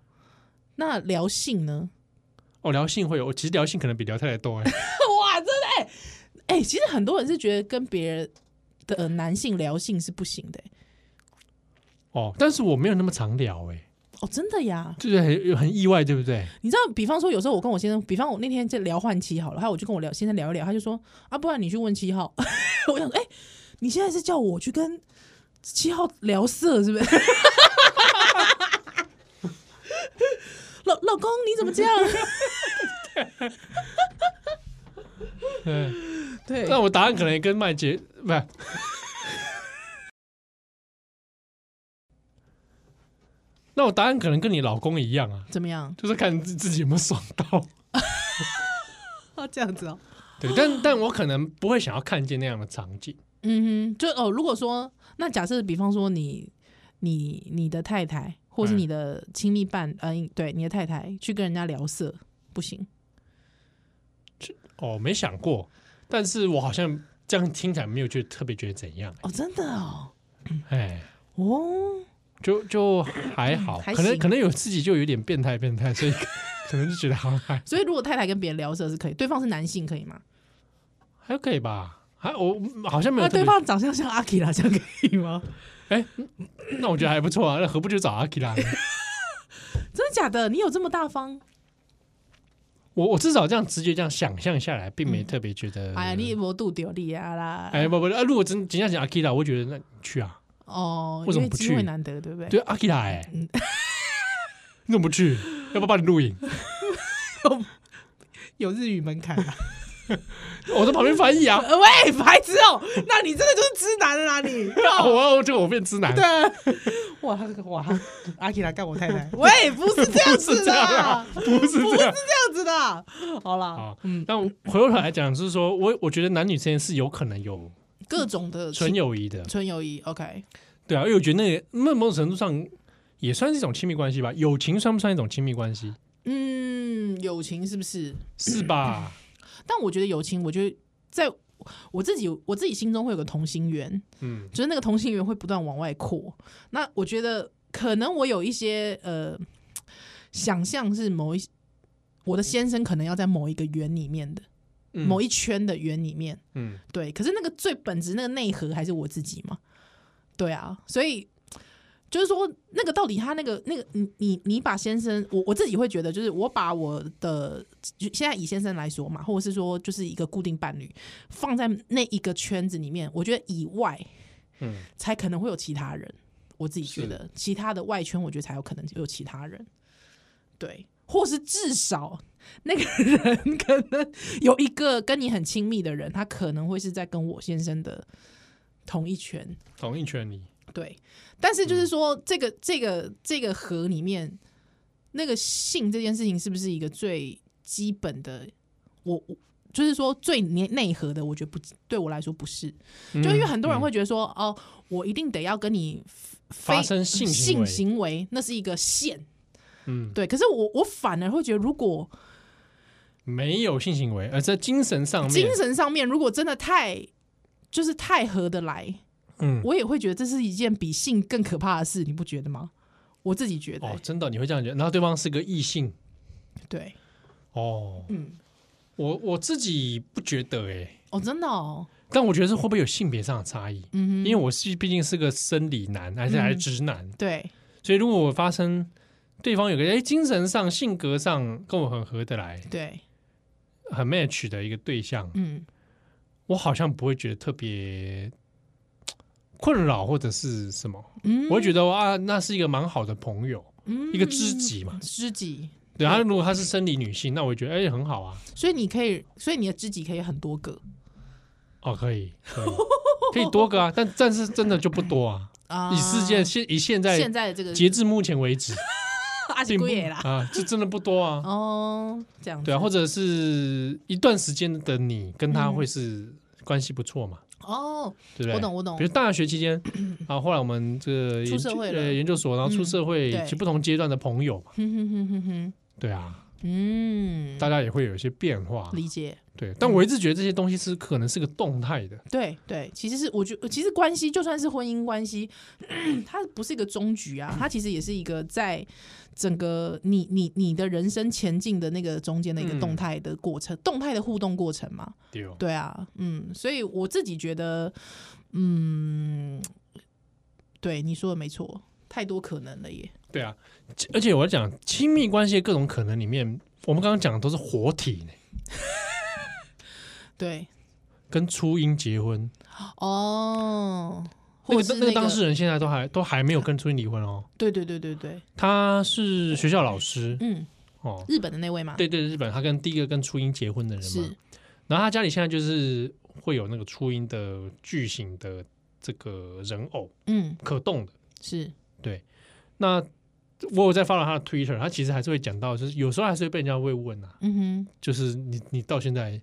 Speaker 2: 那聊性呢？
Speaker 1: 哦，聊性会有，我其实聊性可能比聊太太多哎、
Speaker 2: 哇，真的哎、哎、其实很多人是觉得跟别人的、呃男性聊性是不行的哎、
Speaker 1: 哦，但是我没有那么常聊哎、
Speaker 2: 哦，真的呀！
Speaker 1: 就是很很意外，对不 对？
Speaker 2: 你知道，比方说，有时候我跟我先生，比方我那天在聊换妻好了，还有我就跟我聊先生聊一聊，他就说啊，不然你去问七号。 我想说，哎、你现在是叫我去跟七号聊色是不 是？老老公，你怎么这样？
Speaker 1: 嗯，
Speaker 2: 对，
Speaker 1: 那我答案可能也跟麦杰不 是。那我答案可能跟你老公一样啊，
Speaker 2: 怎么样？
Speaker 1: 就是看自自己有没有爽到。
Speaker 2: 哦，这样子哦，
Speaker 1: 对，但但我可能不会想要看见那样的场景。
Speaker 2: 嗯哼，就哦，如果说那假设，比方说你你你的太太，或是
Speaker 1: 嗯
Speaker 2: 你的亲密伴，嗯、对，你的太太去跟人家聊色，不行。
Speaker 1: 哦，没想过，但是我好像这样听起来没有觉得特别觉得怎样，
Speaker 2: 哦，真的哦，
Speaker 1: 哎，
Speaker 2: 哦，
Speaker 1: 就就还好，
Speaker 2: 嗯还
Speaker 1: 可能
Speaker 2: 行
Speaker 1: 可能有自己就有点变态变态， 所以可能就觉得好像还
Speaker 2: 所以如果太太跟别人聊色是可以，对方是男性可以吗？
Speaker 1: 还可以吧，还我好像没有
Speaker 2: 那
Speaker 1: 特别
Speaker 2: 啊对，方长相像阿基拉，这样可以吗？
Speaker 1: 哎，那我觉得还不错啊，那何不就找阿 k 拉呢？
Speaker 2: 真的假的？你有这么大方？
Speaker 1: 我我至少这样直接这样想象下来，并没特别觉得，
Speaker 2: 哎呀，你无度丢你啊啦！
Speaker 1: 呃哎不不，啊如果真真要讲阿 k 拉，我会觉得那你去啊，
Speaker 2: 哦，
Speaker 1: 为什
Speaker 2: 因
Speaker 1: 么
Speaker 2: 为
Speaker 1: 不
Speaker 2: 机
Speaker 1: 去
Speaker 2: 会难得，对不对？嗯
Speaker 1: 对阿 k 拉哎， 你怎么不去？要不要帮你录 影？
Speaker 2: 有日语门槛 啊！
Speaker 1: 我在旁边翻译啊，
Speaker 2: 呃 喂，白痴哦、那你真的就是直男了啦你！
Speaker 1: 我这个我变直男，
Speaker 2: 对，哇哇，阿 K 来干我太太， 喂，不是这样子
Speaker 1: 这
Speaker 2: 的
Speaker 1: 样
Speaker 2: 啦
Speaker 1: 啊，，不是这样。
Speaker 2: 不是这样子的。啊好啦
Speaker 1: 好，但我回过头来讲，就是说我我觉得男女之间是有可能有
Speaker 2: 各种的
Speaker 1: 纯友谊的，
Speaker 2: 纯友谊，OK，
Speaker 1: 对啊，因为我觉得那个那某种程度上也算是一种亲密关系吧，友情算不算一种亲密关 系？
Speaker 2: 嗯，友情是不是？
Speaker 1: 是吧？
Speaker 2: 但我觉得友情，我觉得在我自己我自己心中会有个同心圆，
Speaker 1: 嗯，
Speaker 2: 就是那个同心圆会不断往外扩。那我觉得可能我有一些呃想象是某一我的先生可能要在某一个圆里面的、
Speaker 1: 嗯
Speaker 2: 某一圈的圆里面，
Speaker 1: 嗯，
Speaker 2: 对，可是那个最本质那个内核还是我自己嘛，对啊，所以就是说那个到底他那个那个你你你把先生，我我自己会觉得就是我把我的就现在以先生来说嘛，或者是说就是一个固定伴侣放在那一个圈子里面，我觉得以外，
Speaker 1: 嗯，
Speaker 2: 才可能会有其他人，我自己觉
Speaker 1: 是
Speaker 2: 得其他的外圈，我觉得才有可能有其他人，对，或是至少那个人可能有一个跟你很亲密的人，他可能会是在跟我先生的同一圈，
Speaker 1: 同意圈里，
Speaker 2: 对。但是就是说，这个这个这个河里面，那个性这件事情是不是一个最基本的？我我就是说最内内核的，我觉得不对我来说不是，
Speaker 1: 就
Speaker 2: 就因为很多
Speaker 1: 嗯
Speaker 2: 人会觉得说，哦，我一定得要跟你非
Speaker 1: 发生性行
Speaker 2: 性
Speaker 1: 为
Speaker 2: 行为，那是一个线，
Speaker 1: 嗯
Speaker 2: 对。可是我我反而会觉得，如果
Speaker 1: 没有性行为，而在精神上面，
Speaker 2: 精神上面如果真的太就是太合得来，
Speaker 1: 嗯，
Speaker 2: 我也会觉得这是一件比性更可怕的事，你不觉得吗？我自己觉得、
Speaker 1: 哦，真的你会这样觉得，然后对方是个异性，
Speaker 2: 对，
Speaker 1: 哦，
Speaker 2: 嗯，
Speaker 1: 我我自己不觉得哎、
Speaker 2: 哦，真的哦，
Speaker 1: 但我觉得是会不会有性别上的差异？因
Speaker 2: 嗯哼，
Speaker 1: 为我是毕竟是个生理男，而且还是直男，
Speaker 2: 对，
Speaker 1: 所以如果我发生对方有个哎、精神上、性格上跟我很合得来、
Speaker 2: 对，
Speaker 1: 很 match 的一个对象，
Speaker 2: 嗯，
Speaker 1: 我好像不会觉得特别嘖困扰或者是什么，
Speaker 2: 嗯
Speaker 1: 我会觉得啊，那是一个蛮好的朋友，
Speaker 2: 嗯
Speaker 1: 一个知己嘛。
Speaker 2: 知己，
Speaker 1: 对，他如果他是生理女性，那我觉得哎、很好啊，
Speaker 2: 所以你可以，所以你的知己可以很多个
Speaker 1: 哦可以 可以可以多个啊，但但是真的就不多啊。
Speaker 2: 啊。
Speaker 1: 以世界现以现在
Speaker 2: 现在的这个
Speaker 1: 截至目前为止，
Speaker 2: 阿
Speaker 1: 并
Speaker 2: 信
Speaker 1: 不
Speaker 2: 贵啦，
Speaker 1: 啊，这真的不多啊。
Speaker 2: 哦，这样子
Speaker 1: 对啊，或者是一段时间的你跟他会是关系不错嘛，
Speaker 2: 哦，
Speaker 1: 对不对？
Speaker 2: 我懂我懂
Speaker 1: 比如大学期 间，啊，后来我们这个研
Speaker 2: 出社
Speaker 1: 究
Speaker 2: 会了嗯
Speaker 1: 呃研究所，然后出社会，
Speaker 2: 对
Speaker 1: 其实不同阶段的朋友嘛，
Speaker 2: 哼哼哼哼哼，
Speaker 1: 对啊，
Speaker 2: 嗯，
Speaker 1: 大家也会有一些变化。
Speaker 2: 理解，
Speaker 1: 对，但我一直觉得这些东西是可能是个动态的，
Speaker 2: 对对，其实是我觉得，其实关系就算是婚姻关系， 它不是一个终局 啊，它其实也是一个在整个你你你的人生前进的那个中间的一个
Speaker 1: 嗯
Speaker 2: 动态的过程，动态的互动过程嘛，
Speaker 1: 对哦，
Speaker 2: 对啊，嗯，所以我自己觉得，嗯，对你说的没错，太多可能了耶，
Speaker 1: 对啊。而且我要讲亲密关系的各种可能里面，我们刚刚讲的都是活体呢，
Speaker 2: 对，
Speaker 1: 跟初音结婚，
Speaker 2: 哦，
Speaker 1: 那
Speaker 2: 或
Speaker 1: 个
Speaker 2: 者是
Speaker 1: 那个当
Speaker 2: 个
Speaker 1: 事人现在都还都还没有跟初音离婚哦，
Speaker 2: 对对对对对，
Speaker 1: 他是学校老师
Speaker 2: 嗯，
Speaker 1: 哦，
Speaker 2: 日本的那位嘛，
Speaker 1: 对对，日本他跟第一个跟初音结婚的人嘛
Speaker 2: 是，，
Speaker 1: 然后他家里现在就是会有那个初音的巨型的这个人偶
Speaker 2: 嗯，
Speaker 1: 可动的。
Speaker 2: 是，
Speaker 1: 那我有在发了他的 Twitter，他其实还是会讲到，就是有时候还是会被人家会问啊，
Speaker 2: 嗯哼，
Speaker 1: 就是你你到现在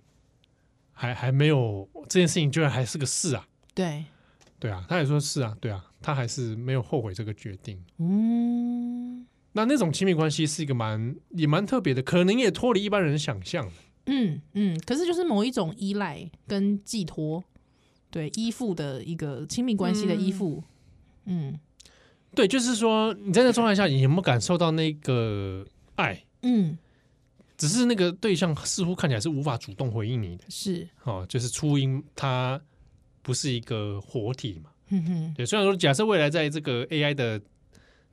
Speaker 1: 还还没有这件事情，居然还是个事啊，
Speaker 2: 对，
Speaker 1: 对啊，他也说是啊，对啊，他还是没有后悔这个决定。
Speaker 2: 嗯
Speaker 1: 那那种亲密关系是一个蛮也蛮特别的，可能也脱离一般人的想象的。
Speaker 2: 嗯嗯，可是就是某一种依赖跟寄托，对依附的一个亲密关系的依附，嗯
Speaker 1: 对，就是说你在那状态下，你有没有感受到那个爱？
Speaker 2: 嗯
Speaker 1: 只是那个对象似乎看起来是无法主动回应你的
Speaker 2: 是，
Speaker 1: 哦，就是初音它不是一个活体嘛。
Speaker 2: 哼嗯哼，
Speaker 1: 对，虽然说假设未来在这个 AI 的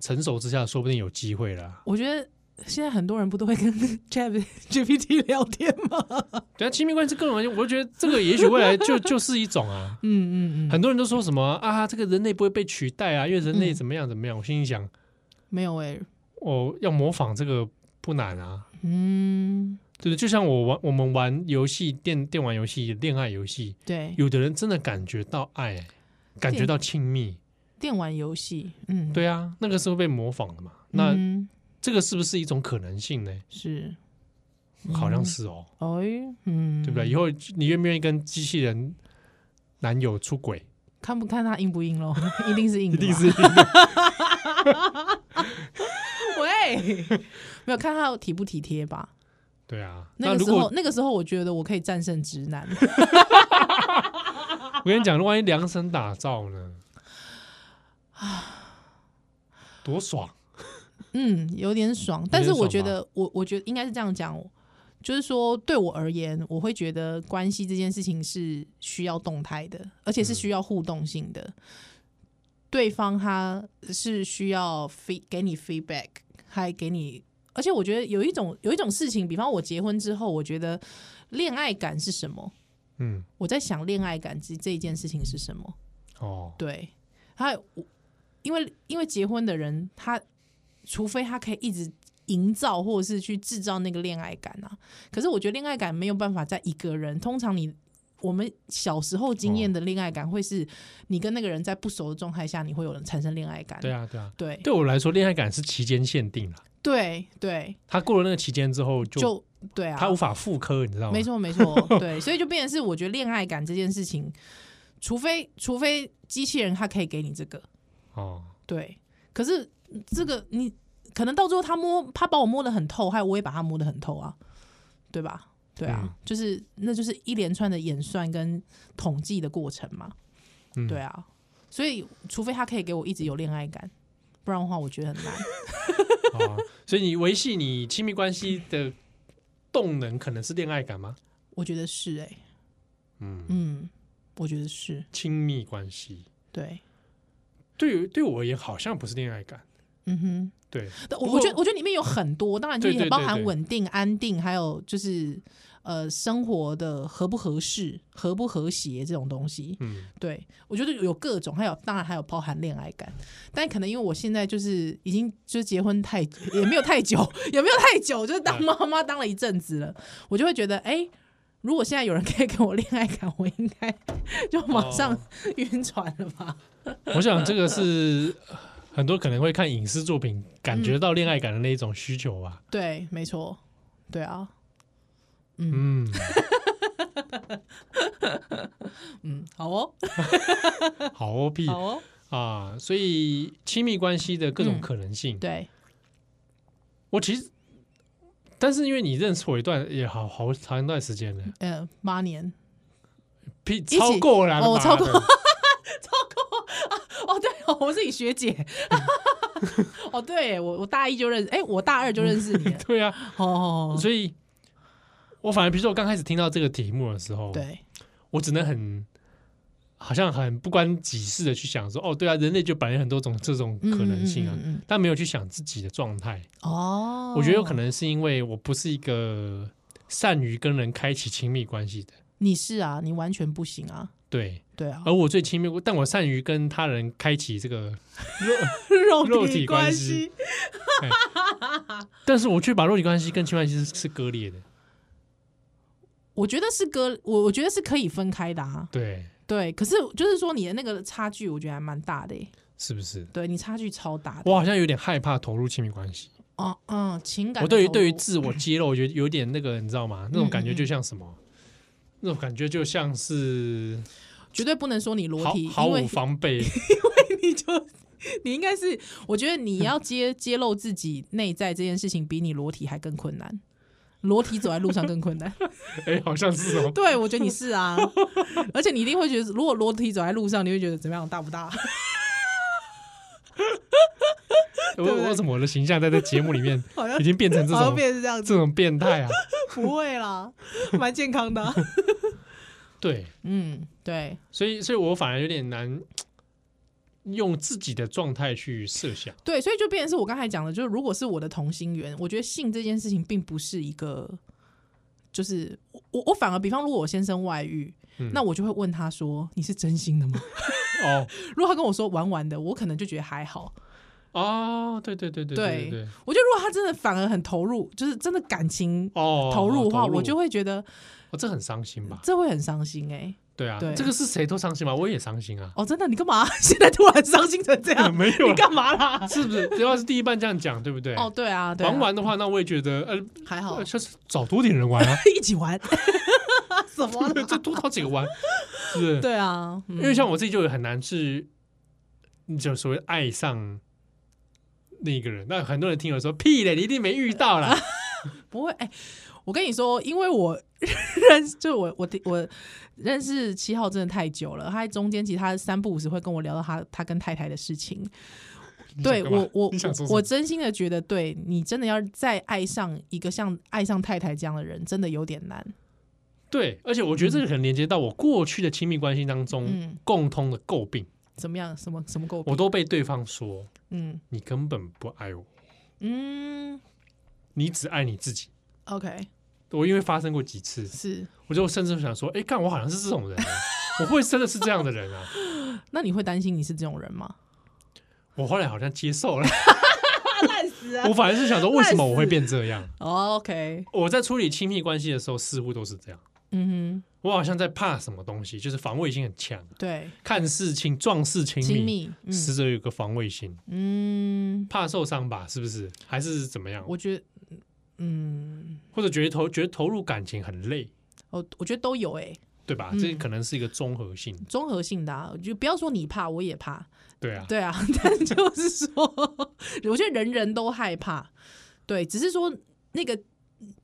Speaker 1: 成熟之下，说不定有机会啦。
Speaker 2: 我觉得现在很多人不都会跟 Chat GPT 聊天吗？
Speaker 1: 对啊，亲密关系各种关系，我就觉得这个也许未来 就就是一种啊。
Speaker 2: 嗯嗯嗯，
Speaker 1: 很多人都说什么啊，这个人类不会被取代啊，因为人类怎么样怎么样。我心里想，
Speaker 2: 没有哎、
Speaker 1: 哦，要模仿这个不难啊，
Speaker 2: 嗯，
Speaker 1: 对不对？就像我玩我们玩游戏电电玩游戏、恋爱游戏，
Speaker 2: 对，
Speaker 1: 有的人真的感觉到爱、感觉到亲密，
Speaker 2: 电玩游戏，嗯，
Speaker 1: 对啊，那个是会被模仿的嘛。那
Speaker 2: 嗯
Speaker 1: 这个是不是一种可能性呢？
Speaker 2: 是，
Speaker 1: 好像是哦，
Speaker 2: 哎，嗯，
Speaker 1: 对不对？以后你愿不愿意跟机器人男友出轨？
Speaker 2: 看不看他硬不硬咯？ 一定是硬的吧，
Speaker 1: 是
Speaker 2: 喂， 没有看他体不体贴吧？
Speaker 1: 对啊。
Speaker 2: 那个
Speaker 1: 如
Speaker 2: 时
Speaker 1: 果
Speaker 2: 候，那个时候我觉得我可以战胜直男，
Speaker 1: 我跟你讲，万一量身打造呢？多爽！
Speaker 2: 嗯，有点爽。但是我觉
Speaker 1: 有点
Speaker 2: 得，我我觉得应该是这样讲，就是说对我而言，我会觉得关系这件事情是需要动态的，而且是需要互动性的。对方他是需要 feed 给你 feedback，还给你，而且我觉得有一种有一种事情，比方我结婚之后，我觉得恋爱感是什么？
Speaker 1: 嗯，
Speaker 2: 我在想恋爱感这这一件事情是什么？
Speaker 1: 哦，
Speaker 2: 对，还有我因为因为结婚的人，他除非他可以一直营造或者是去制造那个恋爱感啊，可是我觉得恋爱感没有办法在一个人。通常你我们小时候经验的恋爱感，会是你跟那个人在不熟的状态下，你会有人产生恋爱感。
Speaker 1: 对啊，对啊。
Speaker 2: 对
Speaker 1: 对我来说，恋爱感是期间限定了，
Speaker 2: 对对，
Speaker 1: 他过了那个期间之后就，
Speaker 2: 就对啊，
Speaker 1: 他无法复刻，你知 道吗？
Speaker 2: 没错，没错，对，所以就变成是，我觉得恋爱感这件事情，除非除非机器人它可以给你这个，
Speaker 1: 哦，
Speaker 2: 对，可是这个你可能到最后他摸他把我摸得很透，还有我也把他摸得很透啊，对吧？对啊，
Speaker 1: 嗯
Speaker 2: 就是那就是一连串的演算跟统计的过程嘛，
Speaker 1: 嗯
Speaker 2: 对啊，所以除非他可以给我一直有恋爱感，不然的话我觉得很难。
Speaker 1: 哦所以你维系你亲密关系的动能，可能是恋爱感吗？
Speaker 2: 我觉得是哎、
Speaker 1: 嗯，
Speaker 2: 嗯，我觉得是
Speaker 1: 亲密关系
Speaker 2: 对，
Speaker 1: 对于对我而言好像不是恋爱感，
Speaker 2: 嗯哼。
Speaker 1: 对，
Speaker 2: 但
Speaker 1: 不
Speaker 2: 我
Speaker 1: 过
Speaker 2: 我觉得，我觉得里面有很多，当然就
Speaker 1: 对对
Speaker 2: 是
Speaker 1: 对
Speaker 2: 包含
Speaker 1: 对
Speaker 2: 稳定、安定，还有就是呃生活的合不合适、合不和谐这种东西。
Speaker 1: 嗯，
Speaker 2: 对我觉得有各种，还有当然还有包含恋爱感，但可能因为我现在就是已经就是结婚太也没有太久， 也没有太久，就是当
Speaker 1: 嗯
Speaker 2: 妈妈当了一阵子了，我就会觉得哎。如果现在有人可以给我恋爱感，我应该 就马上
Speaker 1: 哦
Speaker 2: 晕船了吧？
Speaker 1: 我想这个是呃很多可能会看影视作品感觉到恋爱感的那一种需求吧。
Speaker 2: 对，没错，对啊，
Speaker 1: 嗯，
Speaker 2: 嗯，好哦，
Speaker 1: 好哦屁
Speaker 2: 好哦，
Speaker 1: 啊！所以亲密关系的各种
Speaker 2: 嗯
Speaker 1: 可能性，
Speaker 2: 对，
Speaker 1: 我其实，但是因为你认识我一段也好好长一段时间了，
Speaker 2: 呃，八年，
Speaker 1: 屁
Speaker 2: 起
Speaker 1: 超过了啦，
Speaker 2: 哦
Speaker 1: 妈的
Speaker 2: 超过哦，对哦，我是你学姐。
Speaker 1: 嗯
Speaker 2: 哦，对耶，我我大一就认识，哎，我大二就认识你 了。
Speaker 1: 对啊，
Speaker 2: 哦哦，
Speaker 1: 所以我反而比如说我刚开始听到这个题目的时候，
Speaker 2: 哦对，
Speaker 1: 我只能很。好像很不关己事的去想说，哦，对啊，人类就本来有很多种这种
Speaker 2: 嗯
Speaker 1: 可能性啊，
Speaker 2: 嗯嗯嗯
Speaker 1: 但没有去想自己的状态。
Speaker 2: 哦，
Speaker 1: 我觉得有可能是因为我不是一个善于跟人开启亲密关系的，
Speaker 2: 你是啊，你完全不行啊，
Speaker 1: 对。
Speaker 2: 对啊，
Speaker 1: 而我最亲密，但我善于跟他人开启这个，
Speaker 2: 肉
Speaker 1: 肉体关系，但是我却把肉体关系跟亲密关系是是割裂的，
Speaker 2: 我觉得是割，我我觉得是可以分开的啊，
Speaker 1: 对，
Speaker 2: 对，可是就是说你的那个差距，我觉得还蛮大的耶，
Speaker 1: 是不是？
Speaker 2: 对你差距超大的，
Speaker 1: 我好像有点害怕投入亲密关系，
Speaker 2: 哦嗯，情感
Speaker 1: 我
Speaker 2: 的
Speaker 1: 对于
Speaker 2: 投
Speaker 1: 对于
Speaker 2: 入
Speaker 1: 自我揭露，我觉得有点那个，你知道吗？那种感觉
Speaker 2: 嗯嗯
Speaker 1: 就像什么？那种感觉就像是
Speaker 2: 绝对不能说你裸
Speaker 1: 毫
Speaker 2: 体，
Speaker 1: 毫
Speaker 2: 因
Speaker 1: 无
Speaker 2: 为
Speaker 1: 防备，
Speaker 2: 你就你应该是，我觉得你要 揭揭露自己内在这件事情，比你裸体还更困难。裸体走在路上更困难，
Speaker 1: 哎、好像是哦。
Speaker 2: 对我觉得你 是啊，而且你一定会觉得，如果裸体走在路上，你会觉得怎么样大不大？
Speaker 1: 我我怎么我的形象在这节目里面
Speaker 2: 好像
Speaker 1: 已经变成这
Speaker 2: 好像
Speaker 1: 种
Speaker 2: 变成这样子，
Speaker 1: 这种变态啊？
Speaker 2: 不会 啦，蛮健康的啊、
Speaker 1: 对，
Speaker 2: 嗯，对，
Speaker 1: 所以所以我反而有点难用自己的状态去设想。
Speaker 2: 对，所以就变成是我刚才讲的，就是如果是我的同心圆，我觉得性这件事情并不是一个，就是我我我反而，比方如果我先生外遇，
Speaker 1: 嗯
Speaker 2: 那我就会问他说：“你是真心的吗
Speaker 1: 哦？”
Speaker 2: 如果他跟我说玩玩的，我可能就觉得还好。
Speaker 1: 哦，对对对对对对，
Speaker 2: 我觉得如果他真的反而很投入，就是真的感情
Speaker 1: 哦，
Speaker 2: 投入的话，
Speaker 1: 投
Speaker 2: 我就会觉得
Speaker 1: 哦这很伤心吧？
Speaker 2: 这会很伤心哎、
Speaker 1: 对啊，
Speaker 2: 对
Speaker 1: 这个是谁都伤心吧？我也伤
Speaker 2: ，
Speaker 1: 心啊
Speaker 2: 哦，真的，你干嘛现在突然伤心成这 样？
Speaker 1: 没有
Speaker 2: 你
Speaker 1: 啦，
Speaker 2: 干嘛啦？
Speaker 1: 是不是？只要是第一半这样讲，对不对？
Speaker 2: 哦，对啊，对啊哦
Speaker 1: 玩玩的话，那我也觉得，呃
Speaker 2: 还好
Speaker 1: 呃，，就是找多点人玩啊，
Speaker 2: 一起 玩什么啦？
Speaker 1: 再多找几个玩，是不是？
Speaker 2: 对 啊，嗯
Speaker 1: 因为像我自己就很难是，就所谓爱上那个人。那很多人听了说屁嘞，你一定没遇到啦。
Speaker 2: 不会，哎、我跟你说，因为我 认识，就我我我认识七号真的太久了，他在中间其实他三不五时会跟我聊到他他跟太太的事情。
Speaker 1: 你想
Speaker 2: 对
Speaker 1: 干嘛
Speaker 2: 我我
Speaker 1: 你想说
Speaker 2: 我我真心的觉得，对你真的要再爱上一个像爱上太太这样的人，真的有点难。
Speaker 1: 对，而且我觉得这个可能连接到我过去的亲密关系当中
Speaker 2: 嗯，
Speaker 1: 共通的诟病，
Speaker 2: 怎么样？什么什么狗？
Speaker 1: 我都被对方说
Speaker 2: 嗯
Speaker 1: 你根本不爱我，
Speaker 2: 嗯
Speaker 1: 你只爱你自己。
Speaker 2: ，OK，
Speaker 1: 我因为发生过几次，
Speaker 2: 是。
Speaker 1: 我就甚至想说，哎，干我好像是这种 人、啊，我会不会真的是这样的人啊？
Speaker 2: 那你会担心你是这种人吗？
Speaker 1: 我后来好像接受了，
Speaker 2: 啊烂死
Speaker 1: 我反而是想说，为什么我会变这样？
Speaker 2: 哦！OK，
Speaker 1: 我在处理亲密关系的时候，似乎都是这样。
Speaker 2: 嗯
Speaker 1: 我好像在怕什么东西，就是防卫心很强啊
Speaker 2: 哼，，对，
Speaker 1: 看似亲，壮士亲
Speaker 2: 亲
Speaker 1: 密，
Speaker 2: 密，
Speaker 1: 实则有个防卫心，
Speaker 2: 嗯嗯，
Speaker 1: 怕受伤吧？是不是？还是怎么样？
Speaker 2: 我觉得，嗯，
Speaker 1: 或者觉得投觉得投入感情很累，
Speaker 2: 哦，我觉得都有哎、
Speaker 1: 对吧？
Speaker 2: 嗯
Speaker 1: 这可能是一个综合性，
Speaker 2: 综合性的、啊，就不要说你怕，我也怕，
Speaker 1: 对啊，
Speaker 2: 对啊， 但就是说，我觉得人人都害怕，对，只是说那个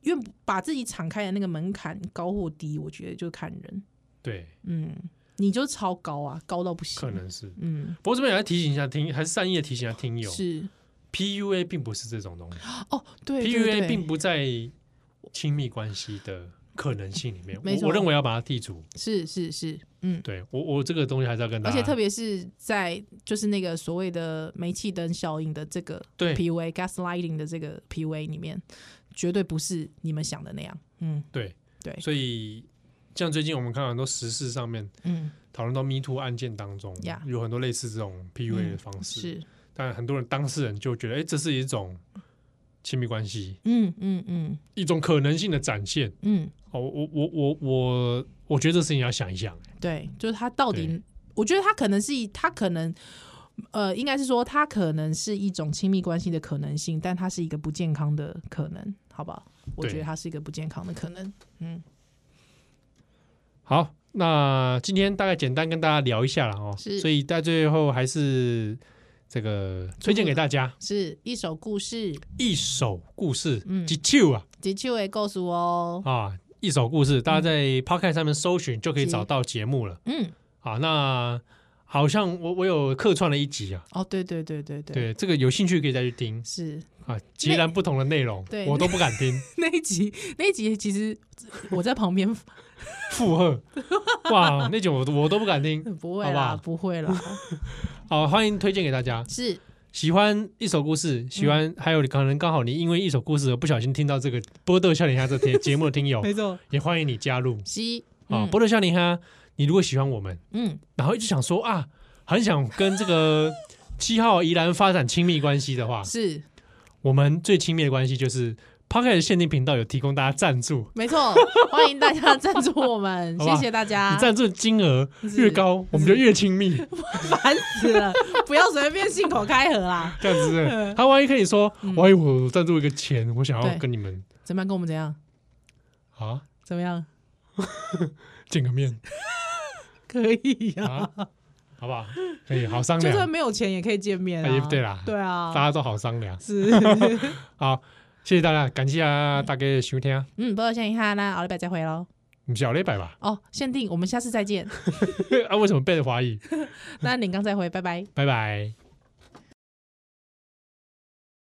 Speaker 2: 愿不把自己敞开的那个门槛高或低，我觉得就看人，
Speaker 1: 对，
Speaker 2: 嗯，你就超高啊，高到不
Speaker 1: 可
Speaker 2: 行，
Speaker 1: 能是。
Speaker 2: 嗯，
Speaker 1: 不过这边也要提醒一下听，还是善意的提醒一下听友
Speaker 2: 是
Speaker 1: ，PUA 并不是这种东西
Speaker 2: 哦，对对对
Speaker 1: ，PUA 并不在亲密关系的可能性里面，
Speaker 2: 没
Speaker 1: 我
Speaker 2: 错
Speaker 1: 我认为要把它剔除。
Speaker 2: 是是是，嗯。
Speaker 1: 对我我这个东西还是要跟大
Speaker 2: 而
Speaker 1: 家，
Speaker 2: 且特别是在就是那个所谓的煤气灯效应的这个
Speaker 1: 对
Speaker 2: PUA gaslighting 的这个 PUA 里面，绝对不是你们想的那样。嗯
Speaker 1: 对
Speaker 2: 对
Speaker 1: 所以像最近我们看到很多时事上面
Speaker 2: 嗯，
Speaker 1: 讨论到 Me Too 案件当中
Speaker 2: Yeah 嗯
Speaker 1: 有很多类似这种 PUA 的方式，
Speaker 2: 是，
Speaker 1: 但很多人当事人就觉得，哎、这是一种亲密关系，
Speaker 2: 嗯嗯嗯
Speaker 1: 一种可能性的展现。
Speaker 2: 嗯，
Speaker 1: 哦，我我我我我觉得这事情要想一想，
Speaker 2: 对，就是他到底
Speaker 1: 对，
Speaker 2: 我觉得他可能是他可能。呃，应该是说，它可能是一种亲密关系的可能性，但它是一个不健康的可能，好不好？我
Speaker 1: 对
Speaker 2: 觉得它是一个不健康的可能。
Speaker 1: 好，那今天大概简单跟大家聊一下了哦，
Speaker 2: 是
Speaker 1: 所以在最后还是这个推荐给大家
Speaker 2: 是一首故事，
Speaker 1: 一首故事，
Speaker 2: 嗯
Speaker 1: 急救啊
Speaker 2: 的确为告诉哦。嗯
Speaker 1: 啊，一首故事，大家在 Podcast 上面搜寻就可以
Speaker 2: 是
Speaker 1: 找到节目了
Speaker 2: 嗯，
Speaker 1: 啊。那好像我我有客串了一集啊，
Speaker 2: 哦，对对对对对，
Speaker 1: 对，这个有兴趣可以再去听
Speaker 2: 是
Speaker 1: 啊，截然不同的内容，
Speaker 2: 对
Speaker 1: 我都不敢听，
Speaker 2: 那一集，那一集其实我在旁边
Speaker 1: 附和，哇，那集我我都不敢听。
Speaker 2: 不会
Speaker 1: 好不
Speaker 2: 啦，
Speaker 1: 好
Speaker 2: 不会啦，
Speaker 1: 好，欢迎推荐给大家。
Speaker 2: 是
Speaker 1: 喜欢一首故
Speaker 2: 嗯
Speaker 1: 事，喜欢、还有可能刚好你因为一首故事而不小心听到这个《波豆笑脸虾》这节节目的 听友，
Speaker 2: 错，嗯
Speaker 1: 也欢迎你加入
Speaker 2: 西
Speaker 1: 啊！波豆笑脸虾，你如果喜欢我们，
Speaker 2: 嗯，
Speaker 1: 然后一直想说啊，很想跟这个七号宜兰发展亲密关系的 话，
Speaker 2: 是
Speaker 1: 我们最亲密的关系就是 p o c k e t 限定频道有提供大家赞助，
Speaker 2: 没错，欢迎大家赞助我 们，
Speaker 1: 好吧
Speaker 2: 谢谢大家
Speaker 1: 你，赞助金额越高，我们就越亲密，
Speaker 2: 烦死了，不要随便信口开河啦，
Speaker 1: 这样子是不是。他万一跟你说，万一我赞助一个钱，我想要
Speaker 2: 嗯对
Speaker 1: 跟你们
Speaker 2: 怎么样跟我们怎样
Speaker 1: 啊，
Speaker 2: 怎么样？
Speaker 1: 见个面
Speaker 2: 可以呀、
Speaker 1: 啊， 好不好？可以，好商
Speaker 2: 就算
Speaker 1: 量，
Speaker 2: 没有钱也可以见面
Speaker 1: 哎
Speaker 2: 啊。
Speaker 1: 对啦
Speaker 2: 对
Speaker 1: 大
Speaker 2: 啊，
Speaker 1: 家都好商量。
Speaker 2: 是，
Speaker 1: 好，谢谢大家，感谢啊大家的收听，
Speaker 2: 嗯，不过先一下，那下礼拜再回喽。
Speaker 1: 不是下礼拜吧？
Speaker 2: 哦，限定，我们下次再见。
Speaker 1: 啊，为什么被怀疑？
Speaker 2: 那林刚再回，拜拜。
Speaker 1: 拜拜。